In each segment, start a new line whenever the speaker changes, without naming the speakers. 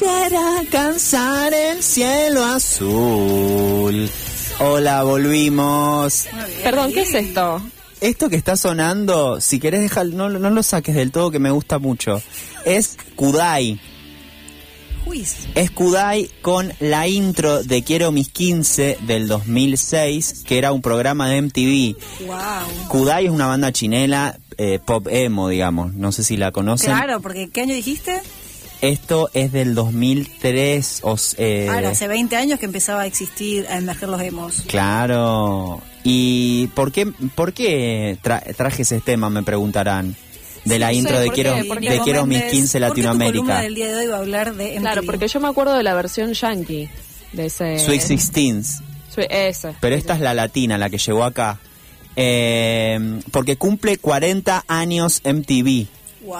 para alcanzar el cielo azul. Hola, volvimos.
Perdón, ¿qué es esto?
Esto que está sonando, si querés dejar, no, no lo saques del todo que me gusta mucho. Es Kudai.
Juiz.
Es Kudai con la intro de Quiero mis 15 del 2006, que era un programa de MTV.
Wow.
Kudai es una banda chinela, eh, pop emo, digamos. No sé si la conocen.
Claro, porque ¿qué año dijiste?
Esto es del 2003. O, s- eh,
Ahora, hace 20 años que empezaba a existir, a emerger los emos.
Claro. ¿Y por qué, por qué tra- traje ese tema, me preguntarán? De la
Sí, no
intro
sé,
de
¿por
Quiero,
qué? ¿Por qué
de quiero mis
Méndez,
15
¿Por qué tu columna
Latinoamérica.
del día de hoy va a hablar de MTV?
Claro, porque yo me acuerdo de la versión yankee de ese.
Sweet Sixteens.
Sui- esa.
Pero esta es la latina, la que llegó acá. Eh, porque cumple 40 años MTV.
Wow.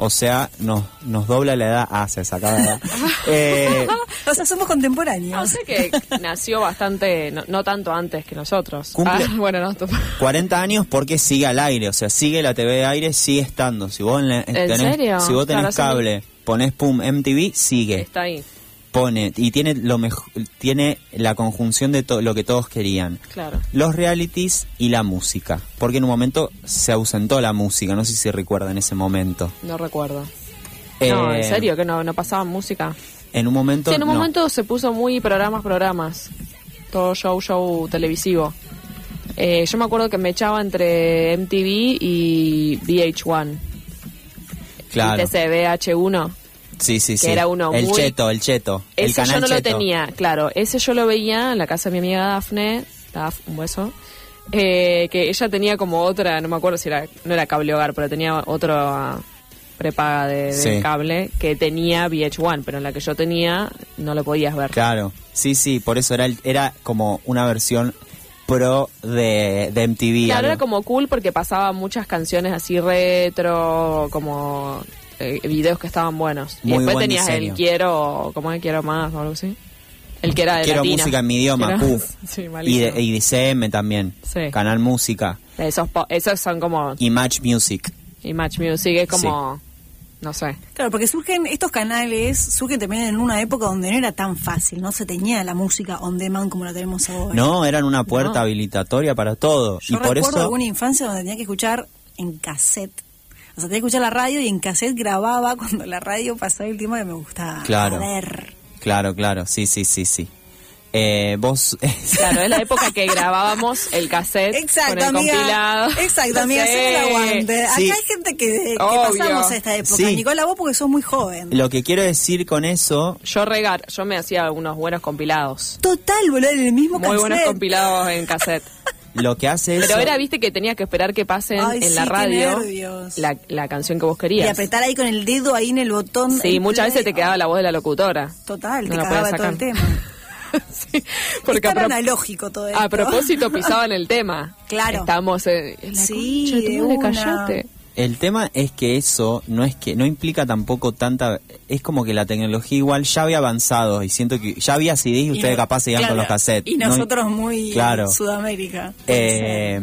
O sea, nos, nos dobla la edad. Ah, se sacaba la edad. Eh,
O sea, somos
Ah, o
contemporáneos.
sea que nació bastante, no, no tanto antes que nosotros.
Cumple-
Ah, bueno, no, tú-
40 años porque sigue al aire, o sea, sigue la TV de aire, sigue estando. Si vos, en la- tenés,
serio?
Si vos tenés
Claro, sí.
cable, ponés pum MTV, sigue.
está ahí.
Pone y tiene lo mejor tiene la conjunción de to- lo que todos querían.
Claro.
Los realities y la música, porque en un momento se ausentó la música, no sé si recuerdan ese momento.
No recuerdo. No,
Eh,
en serio, que no, no pasaba música.
En un momento
Sí, en un
no.
momento se puso muy programas, programas. Todo show, show televisivo. Eh, yo me acuerdo que me echaba entre MTV y VH1.
claro.
Y TCBH1.
Sí, sí, sí.
era uno
el
muy-
cheto, el cheto, el
Ese
canal
yo no lo
cheto.
tenía, claro. Ese yo lo veía en la casa de mi amiga Dafne, Daf, un hueso, eh, que ella tenía como otra, no me acuerdo si era, no era cable hogar, pero tenía otra prepaga de, de
Sí.
cable que tenía VH1, pero en la que yo tenía no lo podías ver.
Claro, sí, sí, por eso era, el- era como una versión pro de, de MTV.
Claro,
algo.
era como cool porque pasaba muchas canciones así retro, como eh, videos que estaban buenos.
Muy
y después
buen
tenías
diseño.
el quiero, como el quiero más o algo así. El que era de
Quiero
Latina.
música en mi idioma,
Era-
puf.
Sí,
y,
malísimo.
de, y de CM también,
Sí.
Canal Música
Esos, po- esos son como...
y Match Music.
Y Match Music es como... No sé.
Claro, porque surgen estos canales, surgen también en una época donde no era tan fácil, no se tenía la música on demand como la tenemos ahora.
No, eran una puerta
No.
habilitatoria para todo.
Yo
y por
recuerdo
eso,
alguna infancia donde tenía que escuchar en cassette. O sea, tenía que escuchar la radio y en cassette grababa cuando la radio pasaba el tema que me gustaba.
Claro.
A ver.
claro, claro, sí, sí, sí, sí. Eh, vos,
Claro, es la época que grabábamos el cassette con
Exacto,
el
amiga.
compilado.
Exacto,
No
amiga.
sé.
haceme el aguante. Acá
Sí.
hay gente que, que
Obvio.
pasamos a esta época.
Sí.
Nicola, vos porque sos muy joven.
lo que quiero decir con eso,
Yo regar, yo me hacía algunos buenos compilados.
Total, boludo, en el mismo
Muy buenos
cassette.
compilados en cassette.
lo que hace es...
Pero era, viste, que tenías que esperar que pasen
Ay,
en
sí,
la
qué
radio
nervios.
la, la canción que vos
Y
querías.
apretar ahí con el dedo ahí en el botón.
Sí,
en
muchas
play.
veces te quedaba la voz de la locutora.
Total,
No
te
la
cagaba
podías
todo el
sacar.
tema.
sí,
Porque
porque a
tan
prop-
analógico todo esto.
A propósito, pisaban el tema.
Claro.
Estamos en, en la
Sí,
concha de tu madre,
de una.
callate.
El tema es que eso no es que no implica tampoco tanta es como que la tecnología igual ya había avanzado y siento que ya había CDs y ustedes
no-
capaz se iban con
claro,
los cassettes.
Y
No-
nosotros muy
Claro.
Sudamérica.
Eh,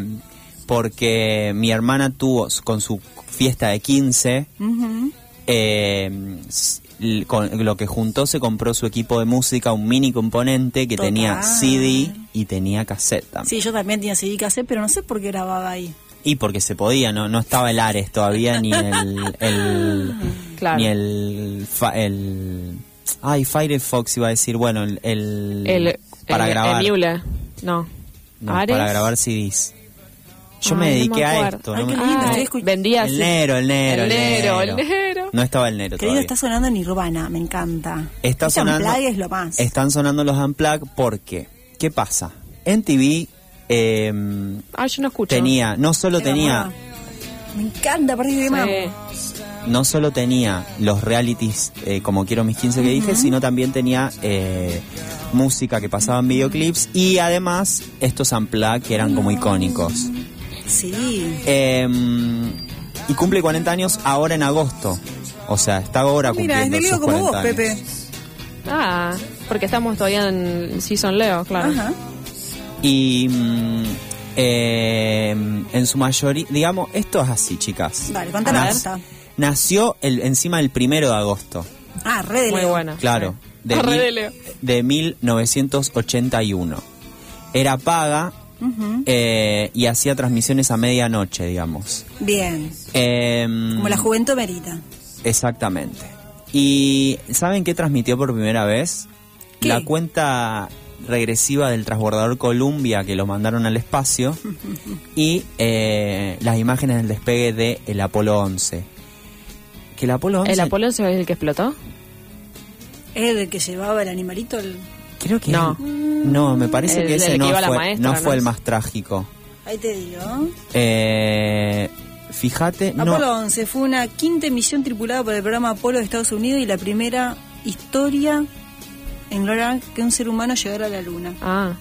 porque mi hermana tuvo s- con su fiesta de 15
Ujú.
eh, s- l- con lo que juntó se compró su equipo de música un mini componente que tenía
Total.
CD y tenía cassette también.
Sí, yo también tenía CD cassette, pero no sé por qué grababa ahí.
Y porque se podía, no, no estaba el Ares todavía, ni el. el-
Claro.
Ni el, fa- el. Ay, Firefox iba a decir, bueno, el. el-
El,
para
el-
grabar.
Emule. No.
No,
Ares.
para grabar CDs. Yo
Ay,
me
no
dediqué a
acuerdo.
esto.
Ay,
no
qué
me-
lindo,
Ay,
estoy escuch-
vendía
el
así.
Nero, el Nero,
El
el Nero.
Nero, el Nero.
No estaba el Nero
Querido,
todavía.
está sonando Nirvana, me encanta.
Está
Este
sonando.
Unplugged es lo más.
Están sonando los Unplugged porque. ¿Qué pasa? En TV. em,
Ah, yo no escucho.
tenía, no solo
Era
tenía.
moda. Me encanta, parece que
Sí.
mamá.
no solo tenía los realities eh, como quiero mis 15 que dije, sino también tenía eh, música que pasaba en videoclips y además estos unplugged que eran como icónicos.
Sí.
Eh, y cumple 40 años ahora en agosto. O sea, está ahora
Mira, es
cumpliendo
de Leo
sus 40
como vos,
años.
Pepe.
Ah, porque estamos todavía en Season Leo, claro.
Ajá.
Y mm, eh, en su mayoría, digamos, esto es así, chicas.
Dale, contame,
Nac-
Berta.
Nació el, encima el primero de agosto.
Ah, re de
Muy
Leo.
bueno.
Claro. de,
Corre
mil-
de Leo.
de 1981. Era paga
¿Mm?
eh, y hacía transmisiones a medianoche, digamos.
Bien.
Em,
Como la juventud merita.
Exactamente. ¿Y saben qué transmitió por primera vez?
¿Qué?
La cuenta regresiva del transbordador Columbia que lo mandaron al espacio y eh, las imágenes del despegue de el Apolo 11. Que el Apolo 11...
¿El Apolo 11 es el que explotó?
¿Es el que llevaba el animalito? el-
Creo que
No.
No, me parece
El
que ese
del que
no
iba la
fue,
maestra,
no
¿no?
fue el más trágico.
Ahí te digo.
Eh, fíjate, no,
Apolo 11 fue una quinta emisión tripulada por el programa Apolo de Estados Unidos y la primera historia en lograr que un ser humano llegara a la luna.
Ah,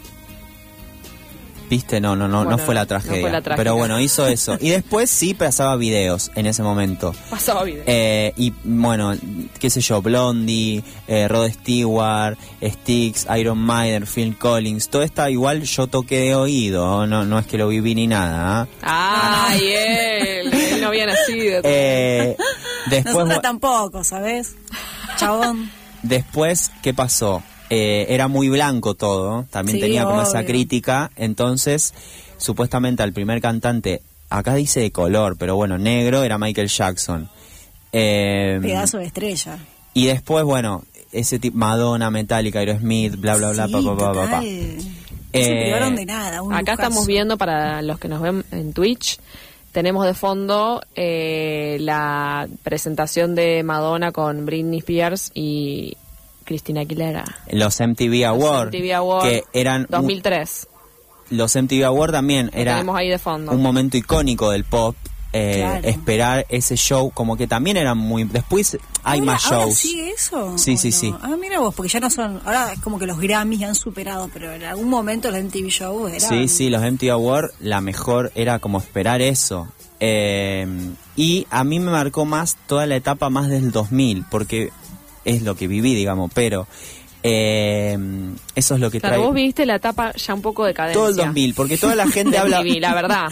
Viste, no, no, no,
Bueno,
no fue la
no fue
tragedia.
la trágica.
Pero bueno, hizo eso. Y después sí pasaba videos en ese momento.
pasaba video.
Eh, y bueno, qué sé yo, Blondie, eh, Rod Stewart, Styx, Iron Maiden, Phil Collins, todo está igual yo toqué de oído, no, no es que lo viví ni nada. ¿ah?
Ay, él, él no había nacido.
Eh, después,
Nosotras
bu-
tampoco, ¿sabes? Chabón.
después, ¿qué pasó? Eh, era muy blanco todo, también
Sí,
tenía como esa
obvio.
crítica, entonces supuestamente al primer cantante, acá dice de color, pero bueno, negro era Michael Jackson. Eh,
Pedazo de estrella.
Y después, bueno, ese tipo, Madonna, Metallica, Aerosmith, bla, bla, bla,
Sí,
pa, pa, pa, pa, pa.
total. No se
Eh,
privaron de nada. un
Acá
lujazo.
estamos viendo, para los que nos ven en Twitch, tenemos de fondo eh, la presentación de Madonna con Britney Spears y Cristina Aguilera.
Los MTV Awards.
TV Award,
Que eran.
2003.
Los MTV Awards también era
tenemos ahí de fondo.
un momento icónico del pop. eh,
Claro.
Esperar ese show, como que también eran muy. Después hay
Ahora-
más shows.
¿Ahora ¿eh? sigue eso?
Sí,
¿O
sí,
no?
sí.
Ah, mira vos, porque ya no son. Ahora es como que los Grammys han superado, pero en algún momento los MTV Show eran.
Sí, sí, los MTV Awards, la mejor era como esperar eso. Eh, y a mí me marcó más toda la etapa más del 2000, porque es lo que viví, digamos, pero eh, eso es lo que
Claro,
trae
vos viste la etapa ya un poco de cadencia.
todo el 2000, porque toda la gente
de
habla...
MTV, la verdad.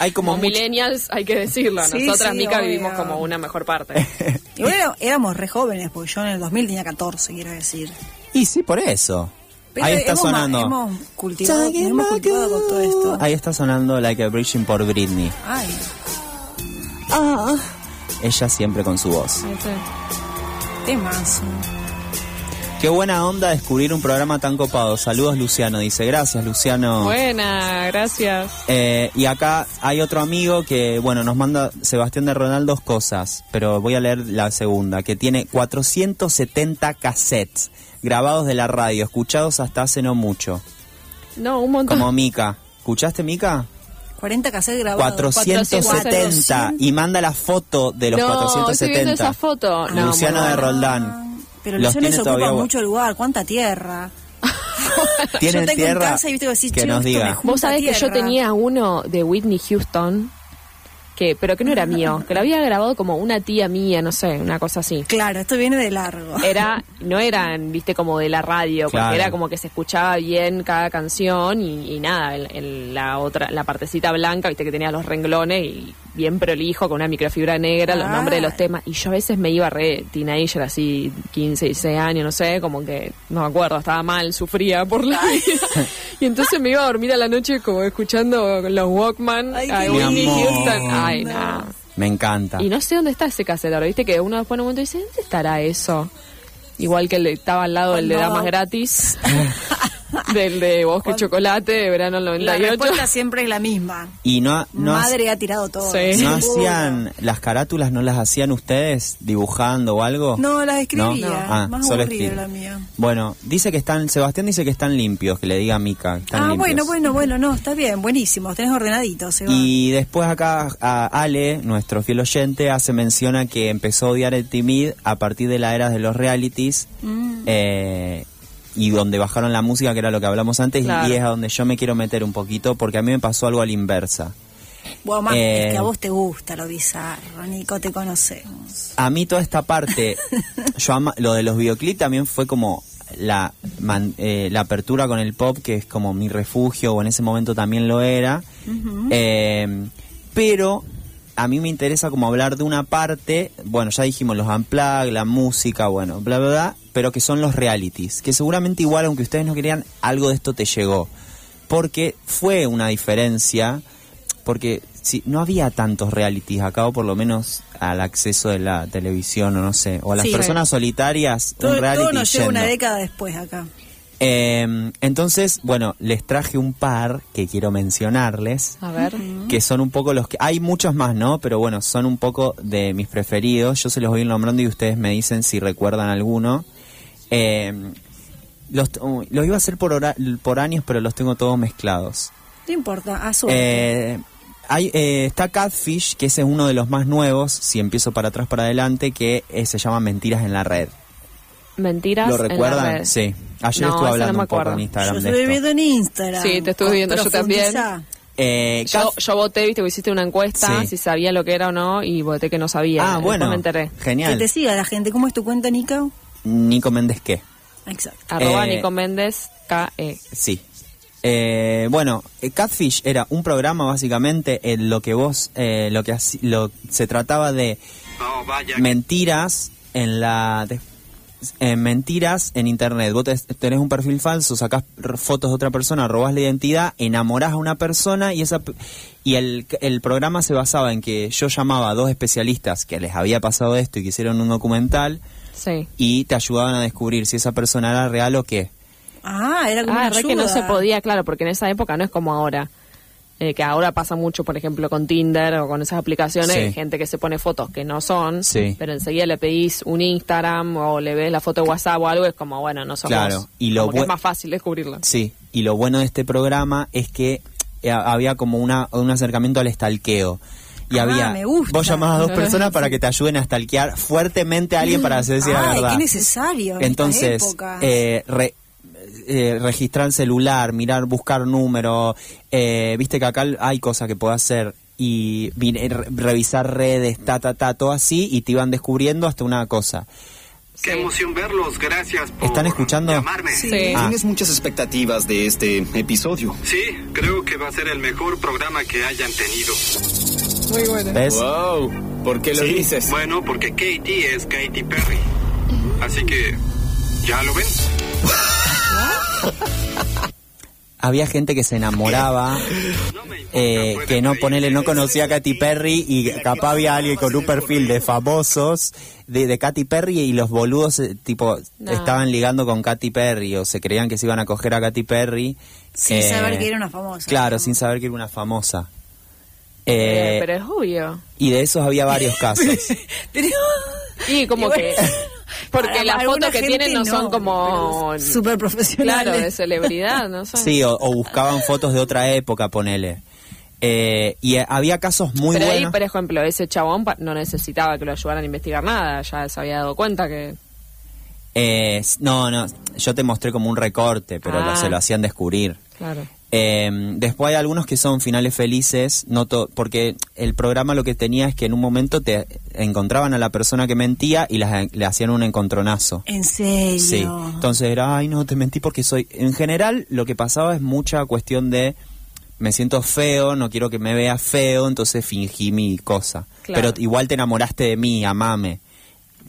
Hay como
Como
mucho-
millennials, hay que decirlo.
Sí,
Nosotras,
sí,
Mica,
obvio.
vivimos como una mejor parte.
Igual era- éramos re jóvenes, porque yo en el 2000 tenía 14, quiero decir.
Y sí, por eso.
Pero
Ahí está
hemos-
sonando.
hemos cultivado- hemos cultivado con todo esto.
Ahí está sonando Like a Virgin por Britney.
Ay,
Ella siempre con su voz.
temas.
Qué buena onda descubrir un programa tan copado. Saludos, Luciano. Dice, gracias, Luciano.
Buena, gracias.
Eh, y acá hay otro amigo que, bueno, nos manda Sebastián de Ronald dos cosas, pero voy a leer la segunda, que tiene 470 cassettes grabados de la radio, escuchados hasta hace no mucho.
No, un montón.
Como Mica. ¿Escuchaste, Mica?
40 cassettes grabados.
470. Y manda la foto de los
No, estoy
470.
viendo esa foto. No,
Luciano
muy
de
buena.
Roldán.
Pero
Los
los
tiene
leones
todavía
ocupan
bu-
mucho lugar, cuánta tierra.
Tienen
yo tengo en
tierra
casa y viste así,
que nos diga.
Vos sabés que yo tenía uno de Whitney Houston, que, pero que no era mío, que lo había grabado como una tía mía, no sé, una cosa así.
Claro, esto viene de largo.
Era, no eran, viste, como de la radio,
Claro.
porque era como que se escuchaba bien cada canción y, y nada, el- el- la otra, la partecita blanca, viste que tenía los renglones y bien prolijo con una microfibra negra, los
Ah.
nombres de los temas. Y yo a veces me iba re teenager, así 15, 16 años, no sé, como que no me acuerdo, estaba mal, sufría por la vida. y entonces me iba a dormir a la noche como escuchando los Walkman,
Ay,
a
qué
Whitney
lindo.
Houston. Ay, no.
Me encanta.
Y no sé dónde está ese cassette ahora, viste que uno después en un momento dice, ¿dónde estará eso? Igual que el de, estaba al lado del de
Cuando-
Damas Gratis, del de Bosque Chocolate, de verano del
La
98.
respuesta siempre es la misma.
Y no, no,
Madre ha tirado todo.
Sí.
no
Seguro.
hacían, las carátulas no las hacían ustedes dibujando o algo?
No, las escribía.
Oh. ¿No? Ah,
Más
solo
aburrida
escribe.
la mía.
Bueno, dice que están, Sebastián dice que están limpios, que le diga a Mica. que están
Ah,
limpios.
bueno, bueno, bueno, no, está bien, buenísimo. Tenés ordenadito, se va.
Y después acá a Ale, nuestro fiel oyente, hace mención a que empezó a odiar el timid a partir de la era de los realities
Mm.
eh, y donde bajaron la música, que era lo que hablamos antes, y-
Claro.
y es a donde yo me quiero meter un poquito porque a mí me pasó algo a la inversa.
Bueno, más,
eh,
es que a vos te gusta lo bizarro, Nico, te conocemos.
a mí toda esta parte, yo ama- lo de los videoclips también fue como la, man- eh, la apertura con el pop, que es como mi refugio, o en ese momento también lo era. Eh, pero a mí me interesa como hablar de una parte, bueno, ya dijimos los unplugged, la música, bueno, bla, bla, bla. pero que son los realities, que seguramente igual, aunque ustedes no querían, algo de esto te llegó. Porque fue una diferencia, porque si no había tantos realities acá, o por lo menos al acceso de la televisión, o no sé, o a las
Sí.
personas solitarias,
Todo,
un reality
todo nos llega
yendo.
una década después acá.
Eh, entonces, bueno, les traje un par que quiero mencionarles
A ver.
que son un poco los que... Hay muchos más, ¿no? Pero bueno, son un poco de mis preferidos. Yo se los voy a ir nombrando y ustedes me dicen si recuerdan alguno. Eh, los, uy, los iba a hacer por, hora- por años, pero los tengo todos mezclados.
No importa, azul.
Eh, hay, eh, está Catfish, que ese es uno de los más nuevos, si empiezo para atrás para adelante, que eh, se llama Mentiras en la Red.
Mentiras.
¿Lo
en la
recuerdan?
red.
Sí. Ayer estuve
No, esa
hablando
no me
un poco
acuerdo.
en Instagram
yo
de
estuve
esto.
viendo en Instagram.
Sí, te estuve viendo, yo también.
Profundizá.
Eh,
Yo,
Catfish-
yo voté, viste, que hiciste una encuesta,
Sí.
si sabía lo que era o no, y voté que no sabía.
ah,
eh, Después
bueno.
me enteré.
Que
Genial.
te siga la gente. ¿Cómo es tu cuenta, Nicao?
Nico Méndez, ¿qué?
Exacto.
Arroba
Eh,
Nico Méndez, E. K-E.
Sí. Eh, bueno, eh, Catfish era un programa básicamente en lo que vos, eh, lo que haci- lo, se trataba de mentiras en la de- en mentiras en internet. Vos te- tenés un perfil falso, sacás r- fotos de otra persona, robás la identidad, enamorás a una persona y esa p- y el, el programa se basaba en que yo llamaba a dos especialistas que les había pasado esto y que hicieron un documental
Sí.
y te ayudaban a descubrir si esa persona era real o qué.
Ah, era como
Ah,
una
re que no
ayuda.
se podía, claro, porque en esa época no es como ahora. Eh, que ahora pasa mucho, por ejemplo, con Tinder o con esas aplicaciones,
Sí.
hay gente que se pone fotos que no son,
Sí.
pero enseguida le pedís un Instagram o le ves la foto de WhatsApp o algo, es como, bueno, no somos.
Claro, y lo
como que
bu-
es más fácil descubrirla.
Sí, y lo bueno de este programa es que eh, había como una, un acercamiento al estalqueo. Y
Ah,
había,
me gusta.
vos llamabas a dos personas para que te ayuden a estalquear fuertemente a alguien para hacer decir la
Ay,
verdad.
qué necesario. en
Entonces,
estas épocas.
eh, re- eh, registrar el celular, mirar, buscar número, eh, viste que acá hay cosas que podés hacer y vi- eh, re- revisar redes, ta, ta, ta, todo así, y te iban descubriendo hasta una cosa.
Qué emoción verlos, gracias por
¿Están escuchando?
llamarme.
Sí.
Sí.
Ah.
Tienes muchas expectativas de este episodio.
Sí, creo que va a ser el mejor programa que hayan tenido.
¿Ves?
Wow, ¿por qué lo dices?
Bueno, porque Katie es Katy Perry. Así que, ¿ya lo ven?
Había gente que se enamoraba.
No me importa,
eh,
pueden
que no
reír.
ponele no conocía a Katy Perry y capaz había alguien con un perfil de famosos de, de Katy Perry y los boludos eh, tipo
No.
estaban ligando con Katy Perry o se creían que se iban a coger a Katy Perry
Sin
eh,
saber que era una famosa.
claro sin saber que era una famosa
Eh,
Eh,
pero es obvio.
y de esos había varios casos
Y como
Y
que.
bueno,
Porque
para
las
alguna
fotos que
gente
tienen no, son como.
pero Súper profesionales.
Claro, de celebridad, no son.
sí o, o buscaban fotos de otra época ponele Eh, y eh, había casos muy
pero ahí,
buenos
por ejemplo, ese chabón pa- no necesitaba que lo ayudaran a investigar nada, ya se había dado cuenta que.
Eh, s- no no yo te mostré como un recorte pero lo-
Ah.
se lo hacían descubrir
Claro.
Eh, después hay algunos que son finales felices, no to- porque el programa lo que tenía es que en un momento te encontraban a la persona que mentía y las- le hacían un encontronazo.
En serio.
Sí, entonces era, ay no, te mentí porque soy... En general lo que pasaba es mucha cuestión de, me siento feo, no quiero que me vea feo, entonces fingí mi cosa.
Claro.
Pero igual te enamoraste de mí, amame.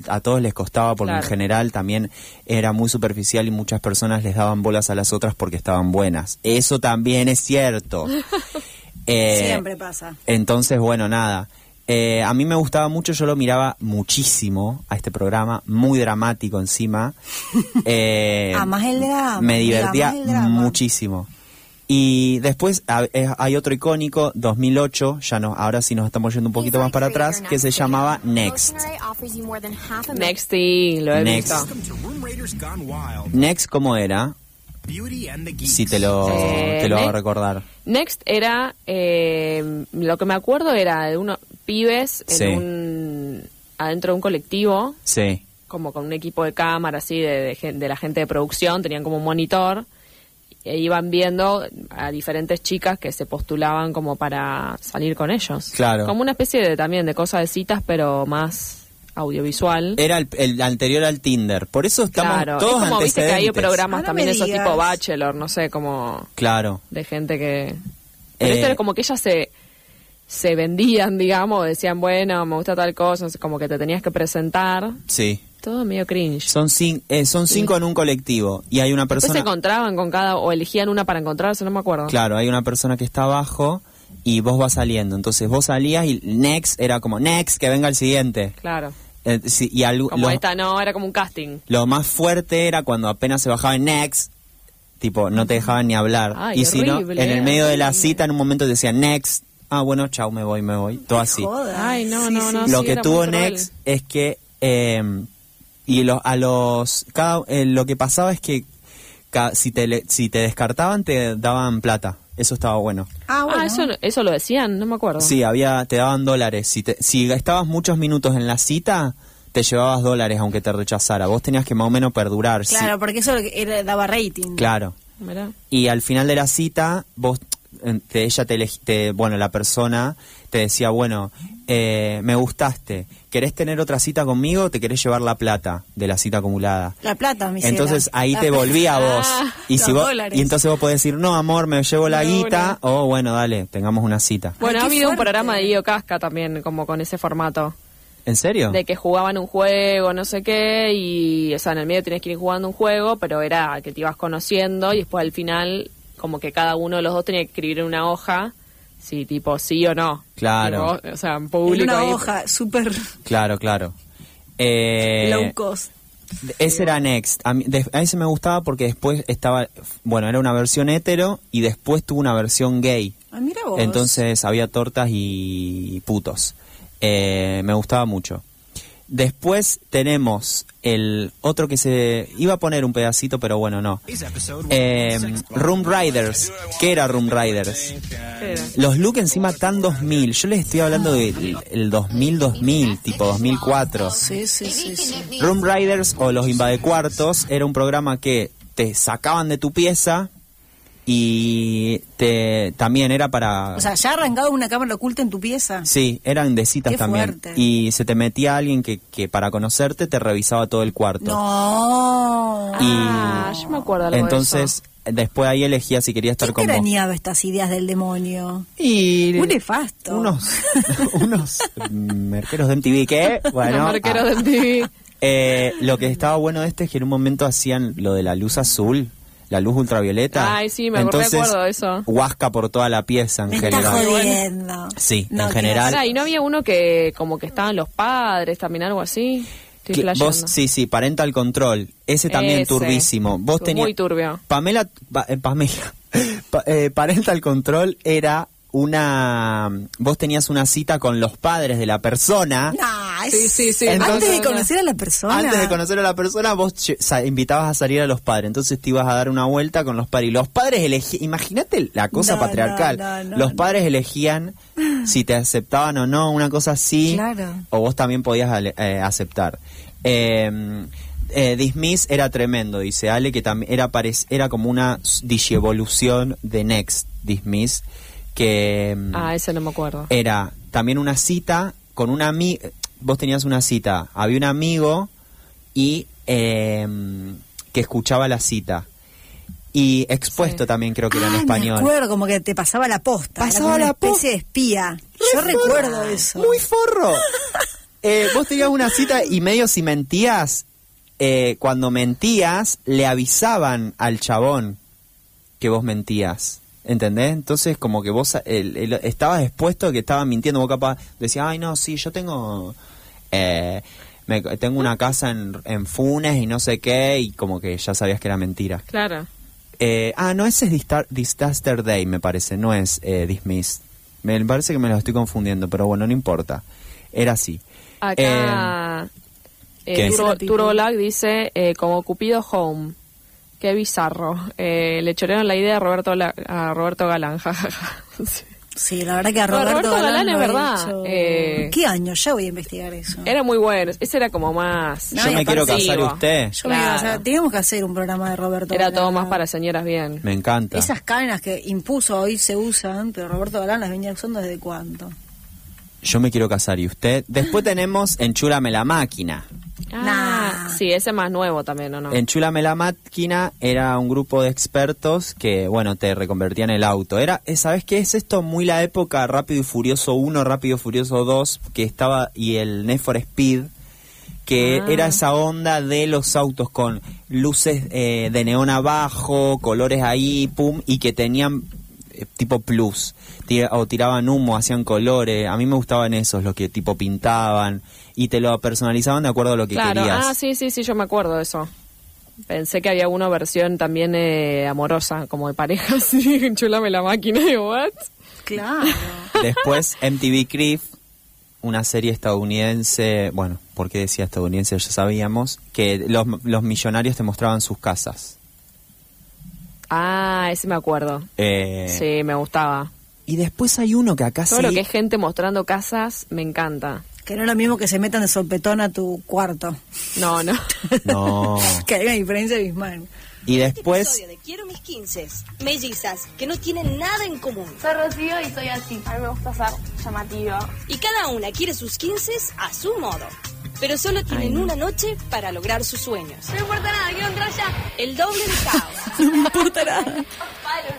A todos les costaba porque
Claro.
en general también era muy superficial y muchas personas les daban bolas a las otras porque estaban buenas. Eso también es cierto. Eh,
Siempre pasa.
entonces, bueno, nada. Eh, a mí me gustaba mucho, yo lo miraba muchísimo a este programa, muy dramático encima. Eh,
Amás Ah, el drama,
Me divertía
amás el drama.
muchísimo. Y después a- eh, hay otro icónico, 2008, ya no, ahora sí nos estamos yendo un poquito más para atrás, que se llamaba Next.
Nexty, lo he
Next.
visto.
Next, ¿cómo era? Si te lo,
Eh,
te lo hago
Next.
recordar.
Next era. eh, lo que me acuerdo era de unos pibes en
Sí.
un, adentro de un colectivo,
Sí.
como con un equipo de cámara así de, de gen- de la gente de producción, tenían como un monitor e iban viendo a diferentes chicas que se postulaban como para salir con ellos.
Claro.
Como una especie de también de cosa de citas, pero más audiovisual.
Era el, el anterior al Tinder, por eso Eh, estamos
claro,
todos
es como viste que hay
antecedentes.
programas
Ah, no
también
me
esos
digas.
tipo Bachelor, no sé, como
Claro.
de gente que... Pero
Eh,
esto era como que ellas se, se vendían, digamos, decían, bueno, me gusta tal cosa, no sé, como que te tenías que presentar.
Sí.
Todo medio cringe.
Son, cin- eh, son cinco en un colectivo y hay una
Después se
persona...
encontraban con cada, o elegían una para encontrarse, no me acuerdo.
Claro, hay una persona que está abajo y vos vas saliendo. Entonces vos salías y next era como next, que venga el siguiente.
Claro.
Eh, sí, y algo-
Como
lo-
esta, no, era como un casting.
lo más fuerte era cuando apenas se bajaba en next, tipo, no te dejaban ni hablar.
Ay,
y si no, en
horrible, eh.
el medio de la
horrible.
cita, en un momento te decían next. Ah, bueno, chau, me voy, me voy. Todo así.
Joda.
Ay, no,
Sí,
no,
sí.
no.
lo
sí,
que
era
tuvo
muy cruel.
Next es que eh, y lo- a los cada, eh, lo que pasaba es que ca- si te le- si te descartaban te daban plata eso estaba bueno
Ah, bueno.
Ah, eso, no- eso lo decían, no me acuerdo.
sí había te daban dólares si te- si estabas muchos minutos en la cita te llevabas dólares aunque te rechazara vos tenías que más o menos perdurar sí.
Claro, porque eso era- daba rating.
claro
Mirá.
y al final de la cita vos eh, te- ella te, elegi- te- bueno la persona te decía bueno eh, me gustaste querés tener otra cita conmigo o te querés llevar la plata de la cita acumulada
La plata, mi
entonces ahí te volvía a vos
Ah,
y
Ah, los
si vos
dólares.
y entonces vos podés decir no amor me llevo la
No,
guita o bueno dale tengamos una cita
Bueno,
qué
ha habido un
fuerte.
programa de Guido Casca también, como con ese formato.
en serio
De que jugaban un juego, no sé qué, y, o sea, en el medio tenías que ir jugando un juego, pero era que te ibas conociendo y después al final, como que cada uno de los dos tenía que escribir en una hoja, si tipo sí o no.
Claro.
Tipo, o sea, en
En
público.
una
ahí.
hoja súper
claro claro Eh,
low cost.
Ese era Next. A, mí, de- a ese me gustaba porque después estaba, bueno, era una versión hetero y después tuvo una versión gay.
Ah, mira vos.
Entonces había tortas y putos. Eh, me gustaba mucho. Después tenemos el otro que se iba a poner un pedacito, pero bueno, no. Eh, Room Riders. ¿Qué era Room Riders?
Era.
Los look encima tan 2000. Yo les estoy hablando del el 2000, 2000, tipo 2004.
Sí, sí, sí, sí.
Room Riders o Los Invadecuartos era un programa que te sacaban de tu pieza y te también era para...
O sea, ya arrancado una cámara oculta en tu pieza.
sí, eran de citas
Qué
también.
fuerte.
Y se te metía alguien que, que para conocerte te revisaba todo el cuarto.
No.
Y
Ah, yo me acuerdo algo de
entonces, después ahí elegía si quería estar
¿Quién
con vos.
craneaba estas ideas del demonio?
Y
Un nefasto.
unos, unos merqueros de MTV que, bueno...
Los marqueros
ah.
del TV.
Eh, lo que estaba bueno de este es que en un momento hacían lo de la luz azul, la luz ultravioleta.
Ay, sí, me
Entonces,
recuerdo de eso.
Huasca por toda la pieza en
Me está
general.
jodiendo.
Sí,
No,
en
qué
general.
Pará, y no había uno que como que estaban los padres también, algo así. Estoy
Que vos,
flasheando.
sí, sí, parental control. Ese también
Ese.
turbísimo. Vos
Muy
tenías.
turbio.
Pamela. pa- eh, Pamela. Pa- eh, parental control era una. Vos tenías una cita con los padres de la persona.
No, es-
Sí, sí, sí.
antes
Entonces-
de conocer a la persona.
Antes de conocer a la persona, vos lle- sa- invitabas a salir a los padres. Entonces te ibas a dar una vuelta con los padres. Y los padres elegían. Imagínate la cosa
No,
patriarcal.
no, no,
los
no.
padres elegían si te aceptaban o no, una cosa así.
Claro.
O vos también podías ale- eh, aceptar. Eh, eh, Dismiss era tremendo, dice Ale, que también era, parec- era como una s- digievolución de Next Dismiss. Que. mm,
Ah, ese no me acuerdo.
era también una cita con un amigo. Vos tenías una cita, había un amigo y eh, que escuchaba la cita. Y expuesto también creo que era en
Ah,
español.
Me acuerdo como que te pasaba la posta. era
Pasaba
como una
la posta.
especie de espía. Yo recuerdo eso.
Muy forro. Eh, vos tenías una cita y medio si mentías, eh, cuando mentías le avisaban al chabón que vos mentías. ¿Entendés? Entonces como que vos el- el- estabas expuesto a que estaban mintiendo. Vos capaz decías, ay no, sí, yo tengo... eh, me- tengo una casa en, en Funes y no sé qué, y como que ya sabías que era mentira.
Claro.
Eh, ah, no, ese es Distar- Disaster Day, me parece, no es eh, Dismiss. Me parece que me lo estoy confundiendo, pero bueno, no importa. Era así.
Acá eh,
¿qué?
Turo- Turolac dice, eh, como Cupido Home. Qué bizarro. Eh, le chorearon la idea a Roberto, La- a Roberto Galán. jajaja. Sí.
Sí, la verdad que a
Bueno,
Roberto,
Roberto Galán
lo
es
he
verdad.
hecho.
Eh,
¿Qué año? Ya voy a investigar eso.
Era muy bueno. Ese era como más...
Eh,
Ah. No,
yo
y
me quiero
aparte-
casar a usted.
Yo me digo,
Claro.
o sea, teníamos que hacer un programa de Roberto
Era
Galán.
todo más para señoras bien.
Me encanta.
Esas cadenas que impuso hoy se usan, pero Roberto Galán las venía usando desde cuándo.
Yo me quiero casar y usted. Después tenemos Enchúlame la máquina.
Ah,
Nah.
Sí, ese más nuevo también, ¿o no?
Enchúlame la máquina era un grupo de expertos que, bueno, te reconvertían el auto. Era, eh, ¿sabes qué es esto? Muy la época Rápido y Furioso 1, Rápido y Furioso 2, que estaba, y el Need for Speed, que
Ah.
era esa onda de los autos con luces eh, de neón abajo, colores ahí, pum, y que tenían eh, tipo plus, Tira- o tiraban humo, hacían colores, a mí me gustaban esos, los que tipo pintaban y te lo personalizaban de acuerdo a lo que
claro,
querías.
ah, sí, sí, sí, yo me acuerdo de eso. Pensé que había una versión también eh, amorosa, como de pareja, así, enchulame la máquina, digo, ¿what?
Claro.
Después MTV Crib, una serie estadounidense, bueno, porque decía estadounidense ya sabíamos, que los, los millonarios te mostraban sus casas.
Ah, ese me acuerdo.
Eh,
Sí, me gustaba.
Y después hay uno que
¿Ah,
acá
Todo
sí-
lo que es gente mostrando casas, me encanta.
Que no es lo mismo que se metan de solpetón a tu cuarto.
No, no.
No.
Que hay una diferencia abismal.
Y
Pues...
después,
Episodio de Quiero mis 15. Mellizas, que no tienen nada en común.
Soy Rocío y soy así. A mí me gusta ser llamativa.
Y cada una quiere sus 15 a su modo. Pero solo tienen una noche para lograr sus sueños.
No me importa nada, quiero entrar ya.
El doble de caos.
No me importa nada.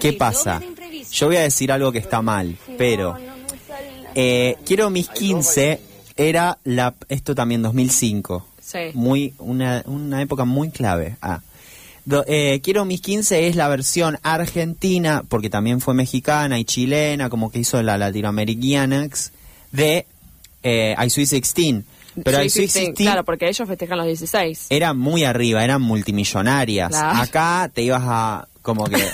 ¿qué
el
pasa?
doble de imprevisto.
Yo voy a decir algo que está mal, pero eh, quiero mis 15 era la esto también 2005.
Sí.
Muy una, una época muy clave. Ah. Do- eh, quiero mis 15 es la versión argentina, porque también fue mexicana y chilena, como que hizo la latinoamericana, de eh, I Sweet 16. Pero I
Soy
Sweet
15,
16
Claro, porque ellos festejan los 16.
eran muy arriba, eran multimillonarias.
Claro.
Acá te ibas a como que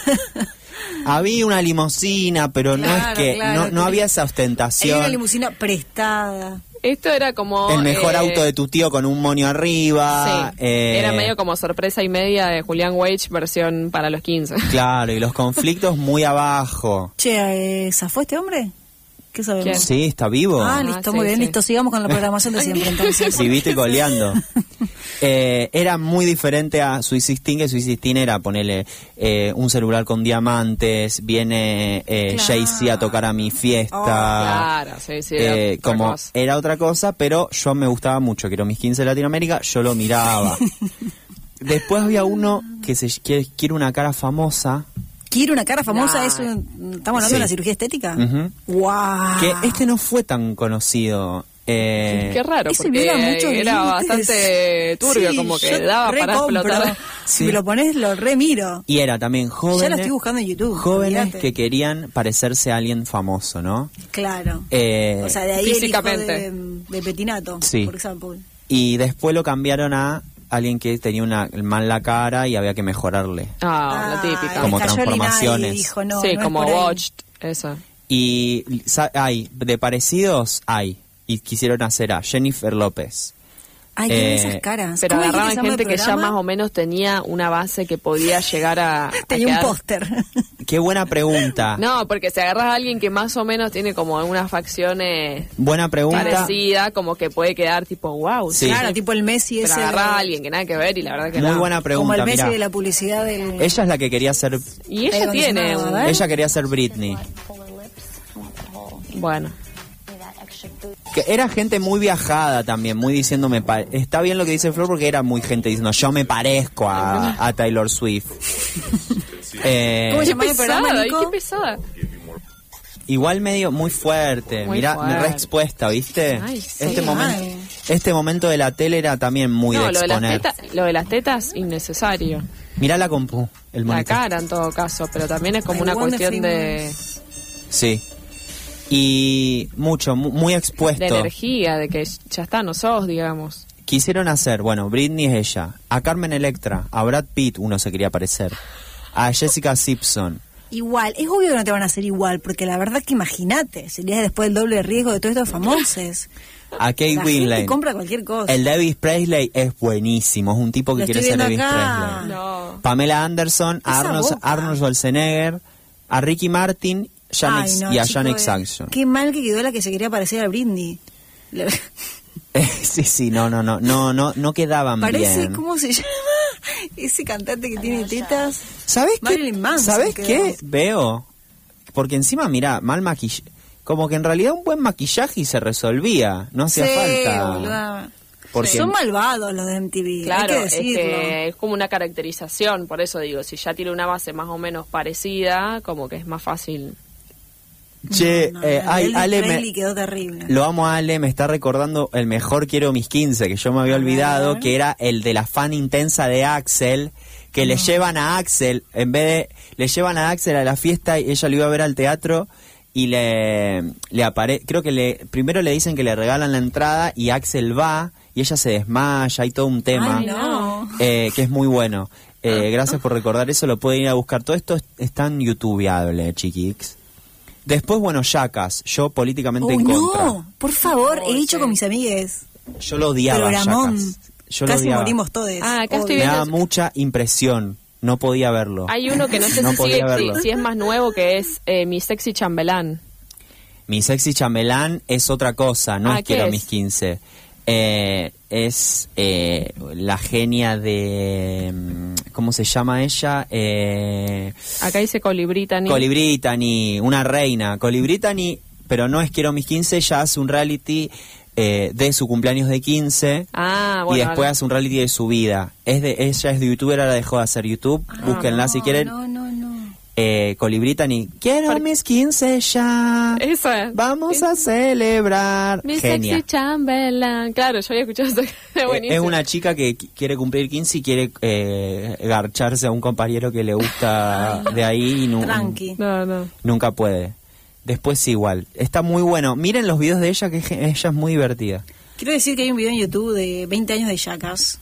había una limusina, pero no es
Claro,
que
claro,
no, no
que-
había esa
Hay una
ostentación.
limusina prestada.
Esto era como...
El mejor
eh,
auto de tu tío con un monio arriba.
Sí.
eh,
Era medio como sorpresa y media de Julián Wage versión para los 15.
Claro, y los conflictos muy abajo.
Che, eh, ¿zafó este hombre? ¿Qué sabemos?
¿Quién?
Sí, está vivo.
Ah,
Ah,
listo,
sí,
muy bien,
sí.
listo. Sigamos con la programación de siempre, entonces.
Vivito y coleando. Eh, era muy diferente a Suicide Sting, que Suicide Sting era ponerle un celular con diamantes, viene eh,
Claro.
Jay-Z a tocar a mi fiesta.
Oh,
claro, sí, sí, era
Eh,
otra
como
cosa.
era otra cosa, pero yo me gustaba mucho. Quiero mis 15 de Latinoamérica, yo lo miraba. Después había uno que se quiere, quiere una cara famosa.
¿Quiere una cara famosa?
Nah.
¿Es un- ¿Estamos hablando
Sí.
de la cirugía estética?
Ujú.
¡Guau!
Que este no fue tan conocido. Eh,
Ah. Qué raro,
Ese
porque
viola muchos
era
límites.
bastante turbio,
Sí,
como que
yo
daba
re
para
compro.
explotar.
Si
Sí.
me lo pones, lo remiro.
Y era también jóvenes.
Ya lo estoy buscando en YouTube,
Jóvenes
olvídate.
que querían parecerse a alguien famoso, ¿no?
Claro.
Eh,
o sea, de ahí el hijo
físicamente.
de, de Petinato,
Sí.
por ejemplo.
y después lo cambiaron a alguien que tenía una mal la cara y había que mejorarle.
Ah, la
Ah,
típica.
Como
cayó Linadi y
transformaciones.
dijo, no,
sí,
no es
como
por ahí.
Watched, eso.
Y sa- hay, de parecidos hay. Y quisieron hacer a Jennifer López.
Ay,
Eh,
qué esas caras.
Pero
¿Cómo es
agarraban
se llama el
gente que ya
programa?
más o menos tenía una base que podía llegar a. a
Tenía un
quedar-
póster.
Qué buena pregunta.
No, porque si agarras a alguien que más o menos tiene como algunas facciones
Buena pregunta.
parecidas, como que puede quedar tipo, wow.
Sí.
Claro, tipo el Messi
Pero
ese.
agarras
de-
a alguien que nada que ver y la verdad que
Muy
no.
buena
Como
pregunta,
el Messi
mirá.
de la publicidad del...
Ella es la que quería ser
Y ella
Pero
tiene
no,
un-
a ver.
ella quería ser Britney.
Bueno.
Que era gente muy viajada también, muy diciéndome está bien lo que dice Flor porque era muy gente diciendo yo me parezco a, a Taylor Swift. Eh,
¿Cómo se
Qué
llamaba el programa,
pesada,
Nico?
qué pesada.
Igual medio muy fuerte,
Muy
mirá,
fuerte.
re expuesta, ¿viste?
Ay, sí.
este momento
Ay.
este momento de la tele era también muy
No,
de
lo de, las
exponer.
tetas, lo de las tetas, innecesario.
Mirá la compu, el
La
monitor.
cara en todo caso, pero también es como
I
una
want the
cuestión de,
Sí. Y mucho, mu- muy
de
expuesto.
energía, de que ya está, no sos, digamos.
Quisieron hacer, bueno, Britney es ella, a Carmen Electra, a Brad Pitt uno se quería parecer, a Jessica Simpson.
Igual, es obvio que no te van a hacer igual, porque la verdad que imagínate, serías después el doble de riesgo de todos estos famosos.
A Kate
La
Winley.
gente compra cualquier cosa.
El Davis Presley es buenísimo, es un tipo que
Lo
quiere
estoy
ser Elvis
viendo acá.
Presley.
No.
Pamela Anderson, a
Esa
Arnold,
boca.
Arnold Schwarzenegger, a Ricky Martin Janet-
Ay, no,
y a
chico,
Janet
eh,
Jackson.
Qué mal que quedó la que se quería parecer a Britney. La-
Eh, sí, sí, no, no, no, no, no, no quedaban
Parece,
bien.
¿cómo se llama? Ese cantante que tiene tetas.
¿Sabes qué?
Marilyn Manson
¿Sabes
quedó.
qué? Veo. Porque encima, mira, mal maquillaje. Como que en realidad un buen maquillaje y se resolvía. No hacía
Sí,
falta.
boluda.
Porque-
Son malvados los de MTV, hay
Claro,
que
es,
decirlo.
que es como una caracterización, por eso digo, si ya tiene una base más o menos parecida, como que es más fácil
Che,
No,
eh,
la de
ay,
Elvis
Ale, me-
Presley quedó terrible.
lo amo a Ale, me está recordando el mejor Quiero Mis 15, que yo me había olvidado,
ver.
que era el de la fan intensa de Axel, que
Mm.
le llevan a Axel, en vez de, le llevan a Axel a la fiesta y ella lo iba a ver al teatro y le, le aparece, creo que le, primero le dicen que le regalan la entrada y Axel va y ella se desmaya, hay todo un tema.
Ay, no. Ah.
eh, que es muy bueno. Eh, gracias por recordar eso, lo pueden ir a buscar. Todo esto es- está en youtubeable, chiquix. Después, bueno, Yacas, yo políticamente
Oh,
en contra.
no, por favor, he dicho con mis amigues.
Yo lo odiaba,
Programón.
Yacas. Yo lo
Casi
odiaba.
morimos todos.
Ah, acá estoy
Me
viendo-
daba mucha impresión, no podía verlo.
Hay uno que no sé si,
podía
sigue- si-
verlo.
si es más nuevo, que es eh, Mi Sexy Chambelán.
Mi sexy chamelán es otra cosa, no
Ah,
es
¿qué
quiero
es?
mis 15. Eh, es eh, la genia de... mm, ¿Cómo se llama ella? Eh,
Acá dice Colibrita. ni-
Colibri Tani, una reina. Colibri Tani, pero no es Quiero mis 15, ella hace un reality eh, de su cumpleaños de 15.
Ah, bueno.
y después hace un reality de su vida. Es de, ella es de youtuber, ahora dejó de hacer YouTube.
Ah,
Búsquenla si quieren.
No, no, no.
Eh, Colibri Tani, quiero
Par-
mis 15 ya.
Esa.
Vamos a celebrar.
Mi
Genia.
Sexy Chambelán. Claro, yo había escuchado eso.
Eh,
Buenísimo.
Es una chica que qui- quiere cumplir 15 y quiere eh, garcharse a un compañero que le gusta de ahí y nu-
Tranqui.
No, no.
Nunca puede. Después igual. Está muy bueno. Miren los videos de ella, que je- ella es muy divertida.
Quiero decir que hay un video en YouTube de 20 años de Jackass.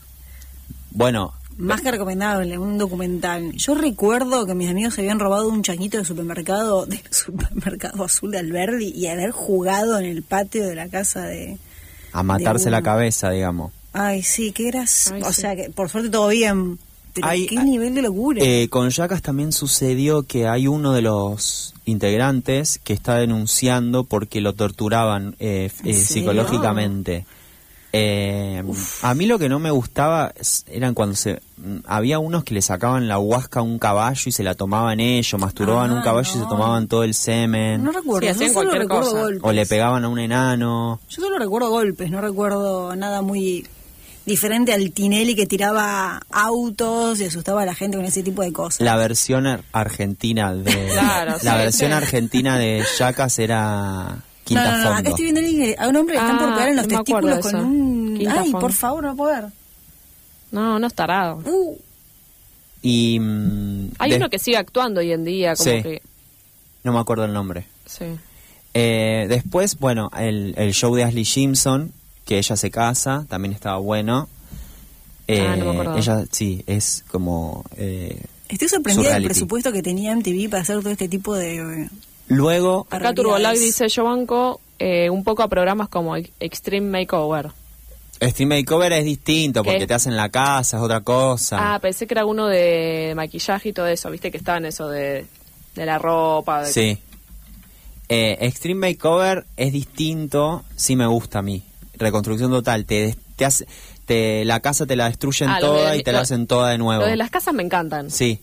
Bueno,
Más que recomendable, un documental. Yo recuerdo que mis amigos se habían robado un changuito de supermercado, del supermercado azul de Alberdi, y haber jugado en el patio de la casa de.
a matarse
una.
la cabeza, digamos.
Ay, sí, que eras.
Ay,
o
sí.
sea, que por suerte todo bien. Pero
Hay-
qué nivel de locura.
Eh, con Yacas también sucedió que hay uno de los integrantes que está denunciando porque lo torturaban eh, f-
¿En
eh,
serio?
psicológicamente. Eh, a mí lo que no me gustaba es- eran cuando se mm, había unos que le sacaban la huasca a un caballo y se la tomaban ellos, masturbaban
Ah,
un caballo y se
no.
tomaban todo el semen
no recuerdo.
Sí,
yo
hacían
solo
cualquier
recuerdo
cosa.
golpes.
o le pegaban a un enano.
Yo solo recuerdo golpes, no recuerdo nada muy diferente al Tinelli que tiraba autos y asustaba a la gente con ese tipo de cosas.
La versión ar- argentina de
Claro,
la
sí,
versión
sí.
argentina de Yacas era
No,
Quinta
no, no, acá
Fondo.
estoy viendo a alguien que- a un hombre que están
Ah,
por pegar en los
no me acuerdo
testículos
de
con
eso.
un...
Quinta
Ay,
Fon.
por favor, no puedo ver.
No, no es tarado.
Uh,
Y mm,
Hay
de-
uno que sigue actuando hoy en día, como
Sí.
que.
no me acuerdo el nombre.
Sí.
Eh, después, bueno, el, el show de Ashley Simpson, que ella se casa, también estaba bueno.
Ah, no me
Eh,
acordaba.
ella sí es como eh,
estoy sorprendida del
Surreality.
presupuesto que tenía MTV para hacer todo este tipo de... eh,
luego
Acá Turbolag
barbaridades.
dice: Yo banco eh, un poco a programas como Ex- Extreme Makeover.
Stream Makeover es distinto porque
¿Qué?
te hacen la casa, es otra cosa.
Ah, pensé que era uno de maquillaje y todo eso, viste que estaban eso de, de la ropa. de-
Sí. Eh, Extreme Makeover es distinto, sí me gusta a mí. Reconstrucción total, te, des- te hace- te- la casa te la destruyen
Ah, lo de-
toda y te la
lo-
hacen toda de nuevo.
Lo de las casas me encantan.
Sí.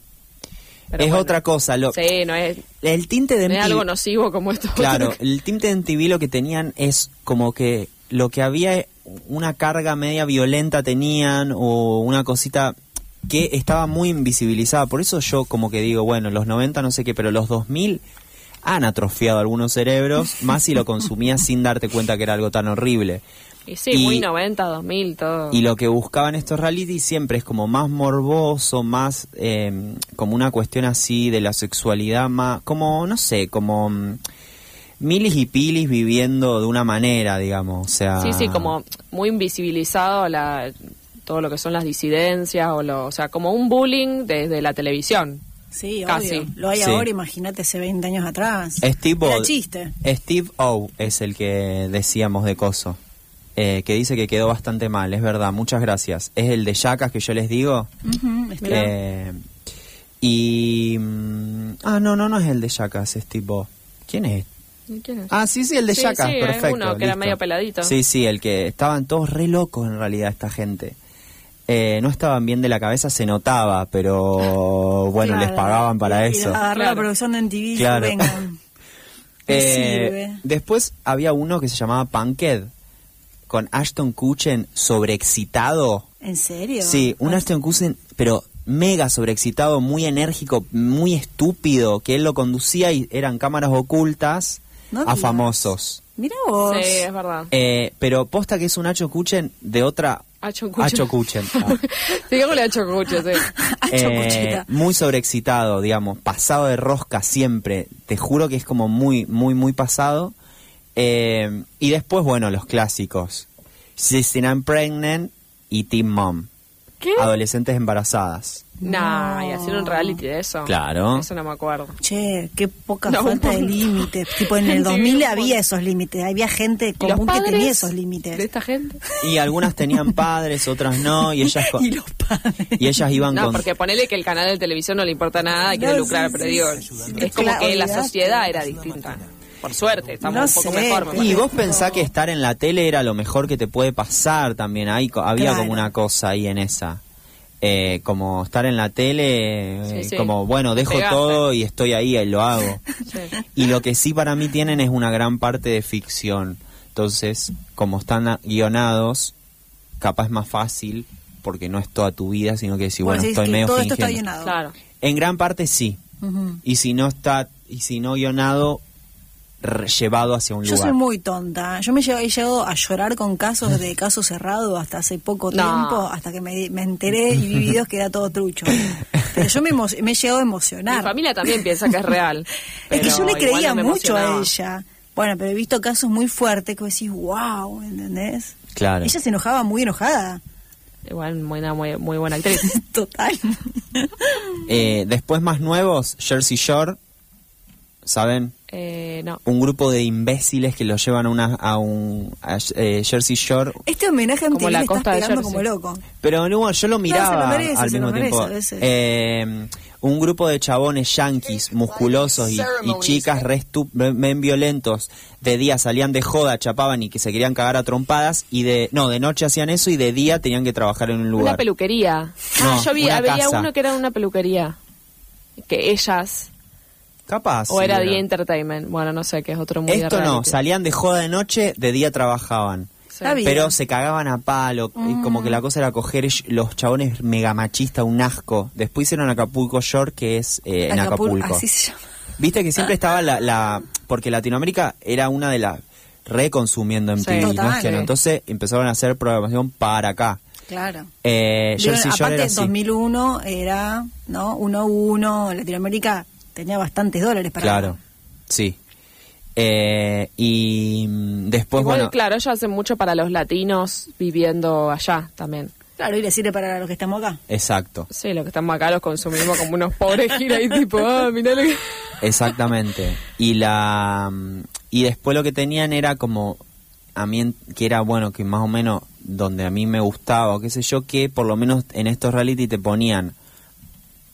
pero
es
bueno.
otra cosa. Lo,
Sí, no es,
El tinte de
no es
MTV
algo nocivo como esto.
Claro, el tinte de MTV lo que tenían es como que lo que había eh, una carga media violenta tenían o una cosita que estaba muy invisibilizada. Por eso yo como que digo, bueno, los 90 no sé qué, pero los 2000 han atrofiado algunos cerebros, más si lo consumías sin darte cuenta que era algo tan horrible.
Y sí,
Y-
muy 90, 2000, todo.
Y lo que buscaban estos reality siempre es como más morboso, más eh, como una cuestión así de la sexualidad, más como, no sé, como mm, milis y pilis viviendo de una manera, digamos. O sea,
Sí, sí, como muy invisibilizado la, todo lo que son las disidencias, o, lo, o sea, como un bullying desde la televisión.
Sí,
Casi.
obvio. Lo hay
Sí.
ahora, imagínate, hace 20 años atrás.
Steve
Era
O.
chiste.
Steve O es el que decíamos de Coso, eh, que dice que quedó bastante mal, es verdad, muchas gracias. Es el de Yacas que yo les digo.
Ujú, este-
Eh, y. mm, Ah, no, no, no es el de Yacas, es tipo. ¿Quién es?
¿Quién es?
Ah, sí, sí, el de
Sí,
Yacas,
sí, hay
perfecto.
uno que era
listo.
medio peladito.
Sí, sí, el que estaban todos re locos en realidad, esta gente. Eh, no estaban bien de la cabeza, se notaba, pero bueno,
Claro.
les pagaban para
Y- ah, y
eso.
agarró la
Claro.
producción de MTV y dijo,
Claro.
vengan.
Eh,
sirve.
después había uno que se llamaba Punked, con Ashton Kutcher sobreexcitado.
¿En serio?
Sí, un Ashton Kutcher, pero mega sobreexcitado, muy enérgico, muy estúpido, que él lo conducía y eran cámaras ocultas
No
a
digas.
famosos.
Mira vos.
Sí, es verdad.
Eh, pero posta que es un Acho Kuchen de otra
Acho Kuchen.
Acho Kuchen. Ah.
Digámosle a Chocuche, sí.
Acho
Eh,
Cucheta.
muy sobreexcitado, digamos, pasado de rosca siempre. Te juro que es como muy, muy, muy pasado. Eh, y después, bueno, los clásicos. Sixteen and Pregnant y Teen Mom.
¿Qué?
Adolescentes embarazadas.
Nah, y hacer un reality de eso.
Claro.
Eso no me acuerdo.
Che, qué poca
No, un
falta de
montón.
límites. Tipo, en el
Sí,
2000
un
había
montón.
esos límites. Había gente
¿Y los
común que
padres
tenía esos
de
límites.
esta gente?
Y algunas tenían padres, otras no, y ellas, co-
Y los padres.
y ellas iban
No,
con...
porque ponele que el canal de televisión no le importa nada y quiere
No,
lucrar,
sí,
pero
sí,
digo,
sí,
es como
claro,
que la
olvidate.
sociedad era distinta. Por suerte, estamos
No
un poco
sé,
mejor. me
Y
parece.
vos pensás que estar en la tele era lo mejor que te puede pasar también. Ahí co- había
Claro.
como una cosa ahí en esa. Eh, como estar en la tele, eh,
Sí, sí.
como bueno, dejo
Pegarse.
todo y estoy ahí y lo hago.
Sí.
Y lo que sí para mí tienen es una gran parte de ficción. Entonces, como están a- guionados, capaz es más fácil porque no es toda tu vida, sino que decir, bueno,
Vos decís
estoy
que
medio
todo esto está
fingiendo.
llenado.
Claro.
En gran parte sí. Y si no está y si no guionado re- llevado hacia un
Yo
lugar.
soy muy tonta. Yo me lle- he llegado a llorar con casos de caso cerrado hasta hace poco
No.
tiempo, hasta que me, di- me enteré y vi videos que era todo trucho. Pero yo me, emo- me he llegado a emocionar.
Mi familia también piensa que es real.
es que yo
pero
le
igual
creía
no me
mucho a
emocionaba.
ella. Bueno, pero he visto casos muy fuertes que vos decís, wow, ¿entendés?
Claro.
Ella se enojaba muy enojada.
Igual, muy, una muy, muy buena actriz.
Total.
Eh, después más nuevos, Jersey Shore, ¿saben?
Eh, no.
Un grupo de imbéciles que lo llevan a, una, a un a, eh, Jersey Shore.
Este homenaje a MTV
Como la
me estás
costa de
pegando
Jersey.
como loco.
Pero no, yo lo miraba
se lo merece,
al
se
mismo
lo merece
tiempo.
a veces.
Eh, un grupo de chabones yanquis, musculosos y, y chicas re estu- men violentos. De día salían de joda, chapaban y que se querían cagar a trompadas. Y de, no, de noche hacían eso y de día tenían que trabajar en un lugar.
Una peluquería.
No,
ah, yo vi,
una
había
casa.
uno que era una peluquería. Que ellas.
Capaz.
o
sí,
era The Entertainment. Bueno, no sé, que es otro muy de
Esto no,
reality.
salían de joda de noche, de día trabajaban.
Sí.
Está bien.
Pero se cagaban a palo,
Mm.
y como que la cosa era coger ell- los chabones mega machista, un asco. Después hicieron Acapulco Shore, que es eh, en
Acapul-
Acapulco.
Así se Ah. llama.
Viste que siempre estaba la, la- Porque Latinoamérica era una de las reconsumiendo en
Sí.
TV, ¿no?
Total.
Que no, Entonces empezaron a hacer programación para acá.
Claro.
Eh,
Digo,
Jersey Shore
aparte,
era
en
así.
2001 era, ¿no? 1-1, Latinoamérica tenía bastantes dólares para
Claro, sí. Eh, y mm, después,
Igual,
bueno.
claro, ellos hacen mucho para los latinos viviendo allá también.
Claro, y le sirve para los que estamos acá.
Exacto.
Sí, los que estamos acá los consumimos como unos pobres giras y tipo, ah, mirá lo que...
Exactamente. Y la mm, y después lo que tenían era como a mí en- que era bueno que más o menos donde a mí me gustaba, o qué sé yo, que por lo menos en estos reality te ponían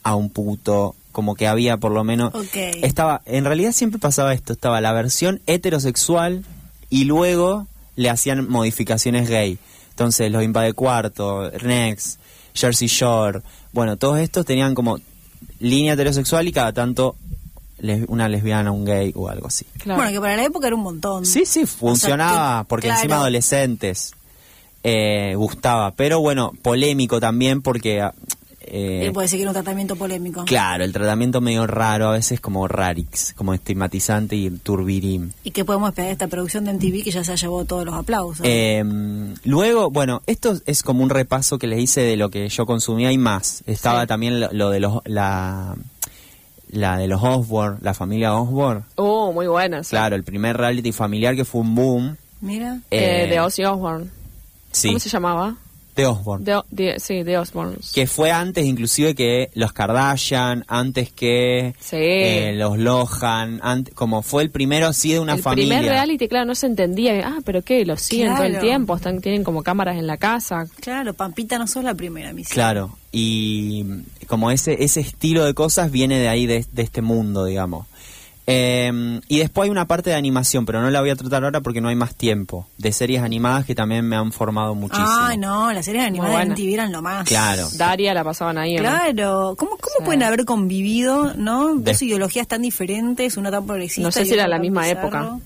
a un puto, como que había por lo menos
Ok.
estaba en realidad siempre pasaba esto, estaba la versión heterosexual y luego le hacían modificaciones gay. Entonces, los Impa de Cuarto, Next, Jersey Shore, bueno, todos estos tenían como línea heterosexual y cada tanto les- una lesbiana, un gay o algo así.
Claro.
Bueno, que para la época era un montón.
Sí, sí, funcionaba,
O Mm. sea, que-
porque
claro.
encima adolescentes eh, gustaba, pero bueno, polémico también porque... ah, eh,
Y puede decir que era un tratamiento polémico.
Claro, el tratamiento medio raro, a veces como rarix, como estigmatizante y turbirim.
¿Y qué podemos esperar de esta producción de MTV que ya se ha llevado todos los
Ah.
aplausos?
Eh, luego, bueno, esto es como un repaso que les hice de lo que yo consumía y más. Estaba también lo, lo de los la, la de los Osborne, la familia Osborne.
Oh, muy buenas.
Claro, el primer reality familiar que fue un boom.
Mira.
Eh,
Eh,
de Ozzy Osbourne.
sí,
¿Cómo se llamaba?
de Osborne.
De, de- sí, de Osbourne.
que fue antes inclusive que los Kardashian, antes que
Sí.
eh, los Lohan, ant- como fue el primero así de una
el
familia.
primer reality, claro, no se entendía. Ah, pero qué, los siguen todo el
Claro.
tiempo, están, tienen como cámaras en la casa.
Claro, Pampita no sos la primera misión.
Claro, y mm, como ese, ese estilo de cosas viene de ahí, de, de este mundo, digamos. Eh, y después hay una parte de animación, pero no la voy a tratar ahora porque no hay más tiempo, de series animadas que también me han formado muchísimo.
Ah, no, las series animadas de
buena.
MTV eran lo más.
Claro.
Daria la pasaban ahí. ¿o no?
Claro, ¿cómo, cómo pueden haber convivido, no? Dos
De-
ideologías tan diferentes, una tan progresista.
No sé
y
si era
otra
la
tan
misma
bizarro.
época.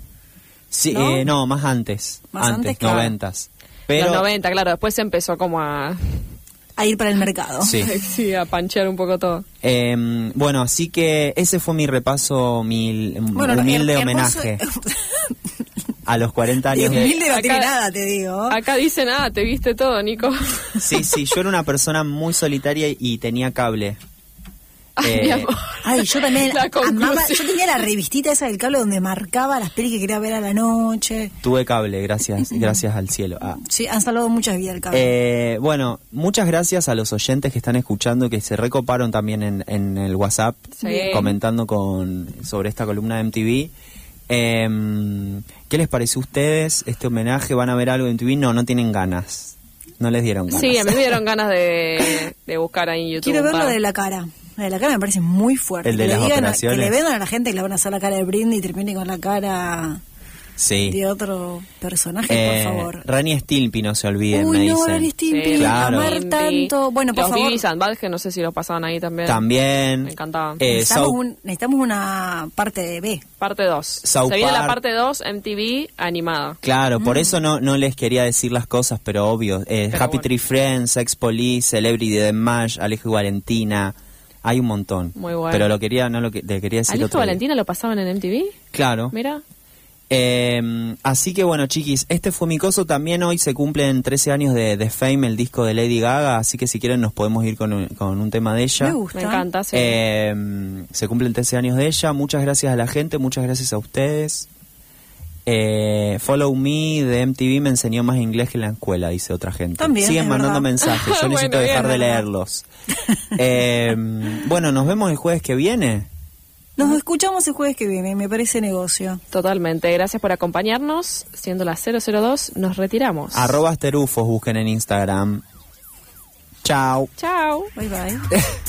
Sí,
¿No?
eh, no, más antes,
Más antes, claro.
noventas. Pero
Los 90, claro, después se empezó como a...
a ir para el mercado.
Sí.
Sí, a panchear un poco todo.
Em, bueno, así que ese fue mi repaso, mi humilde
her-
homenaje
hermoso-
a los 40
Y
años de...
humilde no tiene
Acá-
nada, te digo.
Acá dice nada, te viste todo, Nico.
Sí, sí, yo era una persona muy solitaria y tenía cable.
Ay,
Eh,
mi amor.
Ay, yo también
La
amaba,
conclusión.
yo tenía la revistita esa del cable donde marcaba las pelis que quería ver a la noche.
Tuve cable, gracias, gracias al cielo. Ah.
Sí, han salvado muchas vidas el cable.
Eh, bueno, muchas gracias a los oyentes que están escuchando, que se recoparon también en, en el WhatsApp,
Sí.
comentando con, sobre esta columna de MTV. Em, ¿Qué les pareció a ustedes este homenaje? ¿Van a ver algo en MTV? No, no tienen ganas. No les dieron ganas.
Sí, a mí me dieron ganas de, de buscar ahí en YouTube.
Quiero
un
ver lo
par.
de la cara. Lo de la cara me parece muy fuerte.
El de
que,
las
le digan a- que
operaciones.
le vendan a la gente que le van a hacer la cara de Britney y termine con la cara
Sí.
de otro personaje,
Eh,
por favor.
Rani Stilpi, no se olviden, me
Uy, no,
dicen.
Rani
Sí,
Stimpy,
Claro.
amar
Lindy.
tanto. Bueno, por
los
favor.
Vivi Sandbad, que no sé si los pasaban ahí también.
También.
Me encantaban.
Eh,
necesitamos,
South-
un- necesitamos una parte de B.
Parte 2. Se
South
viene
Park.
la parte 2 MTV animada.
Claro, por eso no, no les quería decir las cosas, pero obvio. Eh,
Mm. Pero
Happy
bueno.
Tree Friends, Sex Police, Celebrity de Mash, Alejo y Valentina. Hay un montón.
Muy bueno.
Pero lo quería, no lo que, le quería decir
¿Alejo
otro día.
Valentina lo pasaban en MTV?
Claro.
Mira.
Eh, así que bueno, chiquis, este fue mi coso. También hoy se cumplen 13 años de, de Fame, el disco de Lady Gaga. Así que si quieren nos podemos ir con un, con un tema de ella.
Me gusta.
Me encanta, sí.
Eh, se cumplen 13 años de ella. Muchas gracias a la gente, muchas gracias a ustedes. Eh, Follow Me de MTV me enseñó más inglés que en la escuela, dice otra gente.
También,
Siguen
es
mandando
verdad.
mensajes, yo
Bueno,
necesito
bien,
dejar de
es verdad.
leerlos. Eh, bueno, nos vemos el jueves que viene.
Nos escuchamos el jueves que viene, me parece negocio.
Totalmente. Gracias por acompañarnos. Siendo las 002, nos retiramos.
Arroba asterufos, busquen en Instagram. Chao.
Chao.
Bye bye.